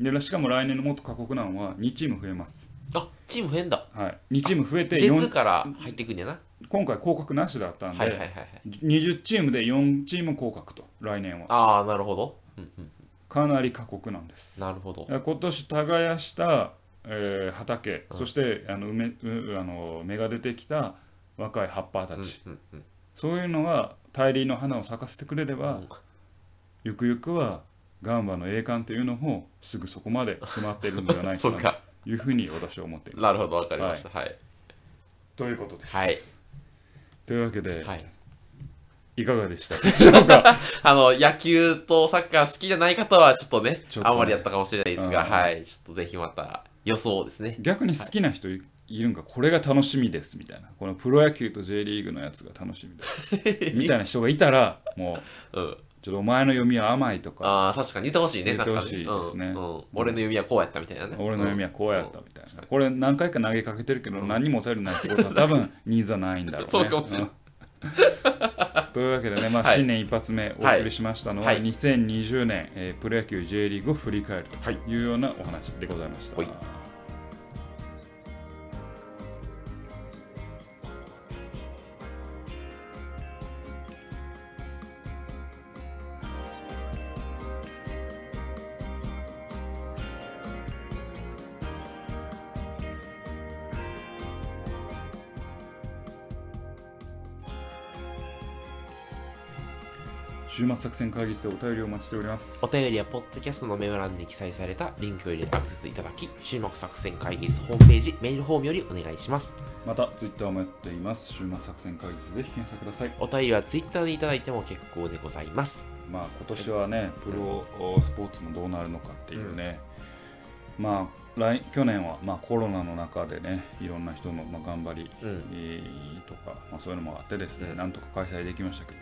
うん、
でしかも来年のもっと過酷なのは2チーム増えます、
あチーム変だ
はい、2チーム増えて
J2
4
から入っていくんやな
今回降格なしだったんで、
はいはいはいはい
20チームで4チーム降格と来年は
ああなるほどうんうん
かなり過酷なんです
なるほど
今年耕した、えー畑、そしてあの梅うあの芽が出てきた若い葉っぱたち、
うんうん
そういうのが大輪の花を咲かせてくれれば、
うん
ゆくゆくはガンバの栄冠というのもすぐそこまで迫っているんではな
うん
い
そ
か
っ
な
か
というふうに私は思っています。
なるほどわかりましたはい
ということです。
はい
というわけで、
はい
い、かがでしたでしょうか。
あの野球とサッカー好きじゃない方はちょっとね
ちょっとね
あんまりやったかもしれないですが、
うん
はいちょっとぜひまた予想ですね
逆に好きな人いいるんか、これが楽しみですみたいな、このプロ野球と J リーグのやつが楽しみです みたいな人がいたら、もう、
うん
ちょっとお前の読みは甘いとか、
ああ確かに言ってほしいね
言ってほしい
なんか
ですね
うんうん俺の弓はこうやったみたいなね
俺の読みはこうやったみたい
うん
な、これ何回か投げかけてるけど、何にも頼りないってことは、多分ニーズはないんだろうね。
そうかもしれな
う
い
んというわけでね、まあ、
はい
新年一発目お送りしましたのは、
はい
2020年、えープロ野球 J リーグを振り返るというようなお話でございました。
はい
週末作戦会議室でお便りをお待ちしております
お。便りはポッドキャストのメモ欄に記載されたリンクよりアクセスいただき、注目作戦会議室ホームページ、メールフォームよりお願いします。
また、ツイッターもやっています。週末作戦会議室で検索ください。
お便りは Twitter でいただいても結構でございます。
まあ今年はねプロスポーツもどうなるのかっていうね、まあ来去年はまあコロナの中でねいろんな人のまあ頑張り、
うん
えーとか、まあ、そういうのもあってですね、
うん
なんとか開催できましたけ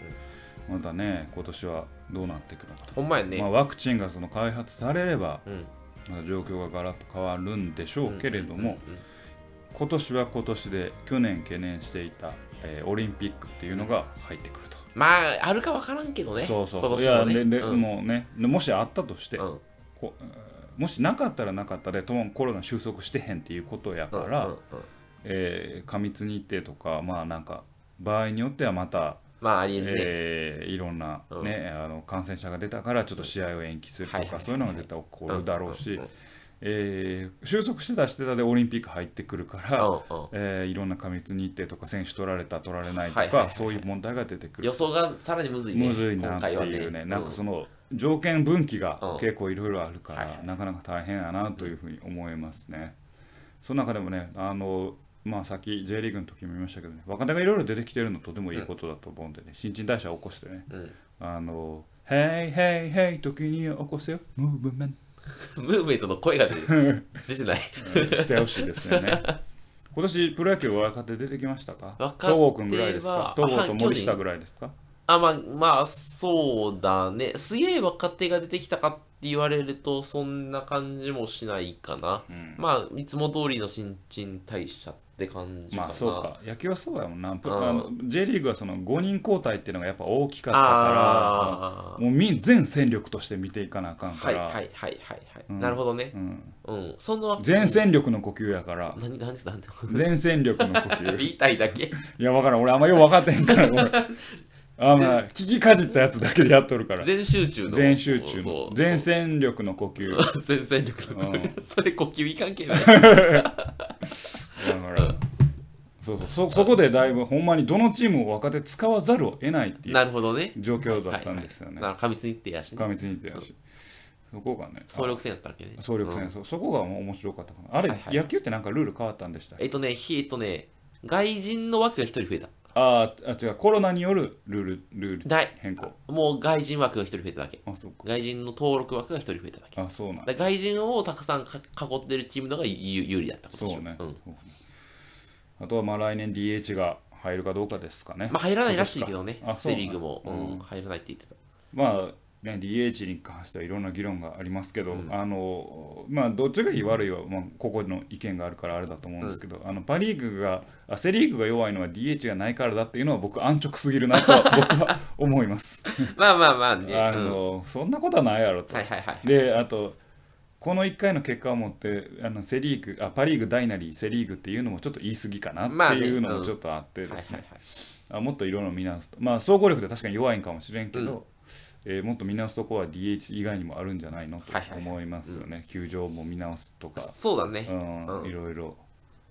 ど、まだね今年はどうなっていくのかと、
ほんまや
まあ、
ね。
ワクチンがその開発されれば
うん。
また状況がガラッと変わるんでしょうけれども、
うんうん
今年は今年で去年懸念していた、えーオリンピックっていうのが入ってくると。
まあ、あるかわからんけどね。
そうそう
今
そうい
年
や
は
で
ね。
で
うん
もうねもしあったとして、
うん
こえーもしなかったらなかったでともコロナ収束してへんっていうことやから、
うんうんうん
えー過密日程とかまあなんか場合によってはまた、
まあ、ありえるね。
えーいろんな、
うん
ねあの感染者が出たからちょっと試合を延期するとか、
はいはいはい
そういうのが絶対起こるだろうし、
んんん
えー収束してたしてたでオリンピック入ってくるから、
うんうん
えーいろんな過密日程とか選手取られた取られないとか、
はいはいはい
そういう問題が出てくる
予想がさらにむずいね。
むずいな
今
って
回は
いうねなんかその条件分岐
うん
が結構いろいろあるか
はいは
ら、
い
なかなか大変やなというふうに思いますね。その中でもね、あのまあ、さっき J リーグの時も言いましたけどね、若手がいろいろ出てきてるのとてもいいことだと思うんでね、新陳代謝を起こしてね、
うん。
あの、ヘイヘイヘイ、時には起こせよ、ムーブメン
ムーブメントの声 が出て出てない。
トうんしてほしいですよね。今年プロ野球若手出てきましたか
若手は
東郷君ぐらいですか東郷と森下ぐらいですか
あ、まあ、まあ、そうだね。すげえ若手が出てきたかって言われると、そんな感じもしないかな。
うん
まあ、いつも通りの新陳代謝って感じかな。
まあそうか野球はそうやもんな、プ
うん
あの J リーグはその5人交代っていうのがやっぱ大きかったか
あ
らもうみ全戦力として見ていかなあかん
あ。は
か
い
ら、
はいはいはいはい。
うん
なるほどね。
うん、
うん。その、
全戦力の呼吸やから
何、何です何です
全戦力の呼吸
言いたいだけ。
いや分からん俺あんまよう分かってへんから俺あんまあ聞きかじったやつだけでやっとるから
全集中の。
全集中
そ
の
う
全 戦力の呼吸だ
全戦力の声
う
それ呼吸い関係ない
からそうそうそそこでだいぶほんまにどのチームも若手使わざるを得ないってい
な
う
るほどね
状況だったんですよね
はいはいなるほど過密日程やしね
過密にってやしそこがね
総力戦やったわけね
総力戦、
うん
そうそこがもう面白かったかなあれ、
はいはい
野球ってなんかルール変わったんでしたっけ
えっとねひえっとね外人の枠が一人増えた
あーあ違うコロナによるルールルール
ない
変更
もう外人枠が一人増えただけ
あそうか
外人の登録枠が一人増えただけ
あそうなん
だから外人をたくさんか囲ってるチームの方が有有利だったことでし
そ
ょ
うね、
ん
そうねあとはまあ来年 DH が入るかどうかですかね
まあ入らないらしいけどね
あそう
セ・
なん
リーグもう
うんん
入らないって言ってた
まあね、DH に関してはいろんな議論がありますけど、あのまあ、どっちがいい悪いは、まあ、個々の意見があるからあれだと思うんですけど、あのパ・リーグがあセ・リーグが弱いのは DH がないからだっていうのは僕安直すぎるなと は僕は思います。
まあまあまあね
あ
うん
のそんなことはないやろと。
はいはいはい
であとこの1回の結果をもってあのセリーグあパ・リーグダイナリーセ・リーグっていうのもちょっと言い過ぎかな
まあ
っ
ね
ていうの
うん
もちょっとあって
はいは
で
い
すね
はい
あもっといろいろ見直すとまあ総合力で確かに弱いんかもしれんけど、えーもっと見直すとこは DH 以外にもあるんじゃないのと
はいはいはい
思いますよね、球場も見直すとか、
そうだね
うん
うん
いろいろ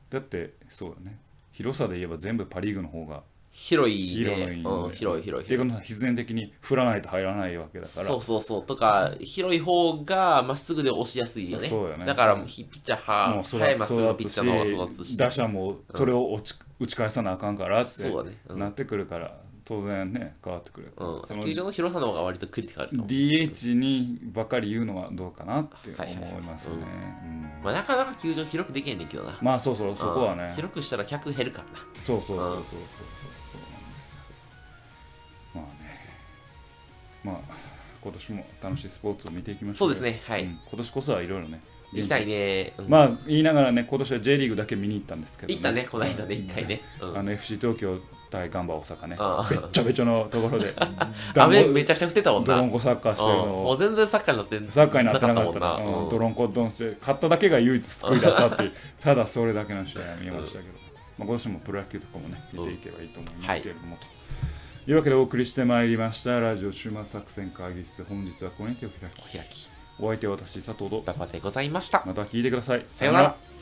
だってそうだね広さで言えば全部パ・リーグの方が
広い
広い
ね
んで
うん広い広い
っていうことは必然的に振らないと入らないわけだから
そうそうそうとか広い方がまっすぐで押しやすいよね
そうよね
だから
うん
ひピッチャー
もう
は
育
速いまっすぐのピッ
育
チャーの方が育つ
つし
し
打者もそれを打ち,、打ち返さなあかんからって
そうだねうん
なってくるから、当然ね変わってくる、そ
うん、
の
球場の広さの方が割とクリティカルかも、
DH にばかり言うのはどうかなって
はいはいはい
思いますね、うん
まあ、なかなか球場広くできへんねんけどな、
まあそうそうそこは
うん
ね
広くしたら客減るからな
そうそうそうそうそうそう
うん
そうなんですまあねまあ今年も楽しいスポーツを見ていきましょ
そう
う
ですねはい、
うん今年こそはいろいろね
行きたいね、うん
まあ言いながらね今年は J リーグだけ見に行ったんですけど、
行ったねこの間ね一回ね、うん
あの FC 東京対ガンバ大阪ね、
あ
べっちゃべちゃのとこ ろで、
画面めちゃくちゃ振ってたもん
ド
な
ロ
うん
ンコサッカーしてるの
もう
を、
全然サッカーになって
サッカーになってなかった
な
ら、
かった
う
も
ん
ん
ド
な、
ロンコドンして、勝っただけが唯一救いだったっていう、 ただそれだけの試合を見ましたけど、まあ、今年もプロ野球とかもね、見ていけばいいと思いますけれども、というわけでお送りしてまいりました、ラジオ終末作戦会議室、本日はこれに手を開き、
開き
お相手は私、佐藤と、
ババでございました
また聞いてください。
さようなら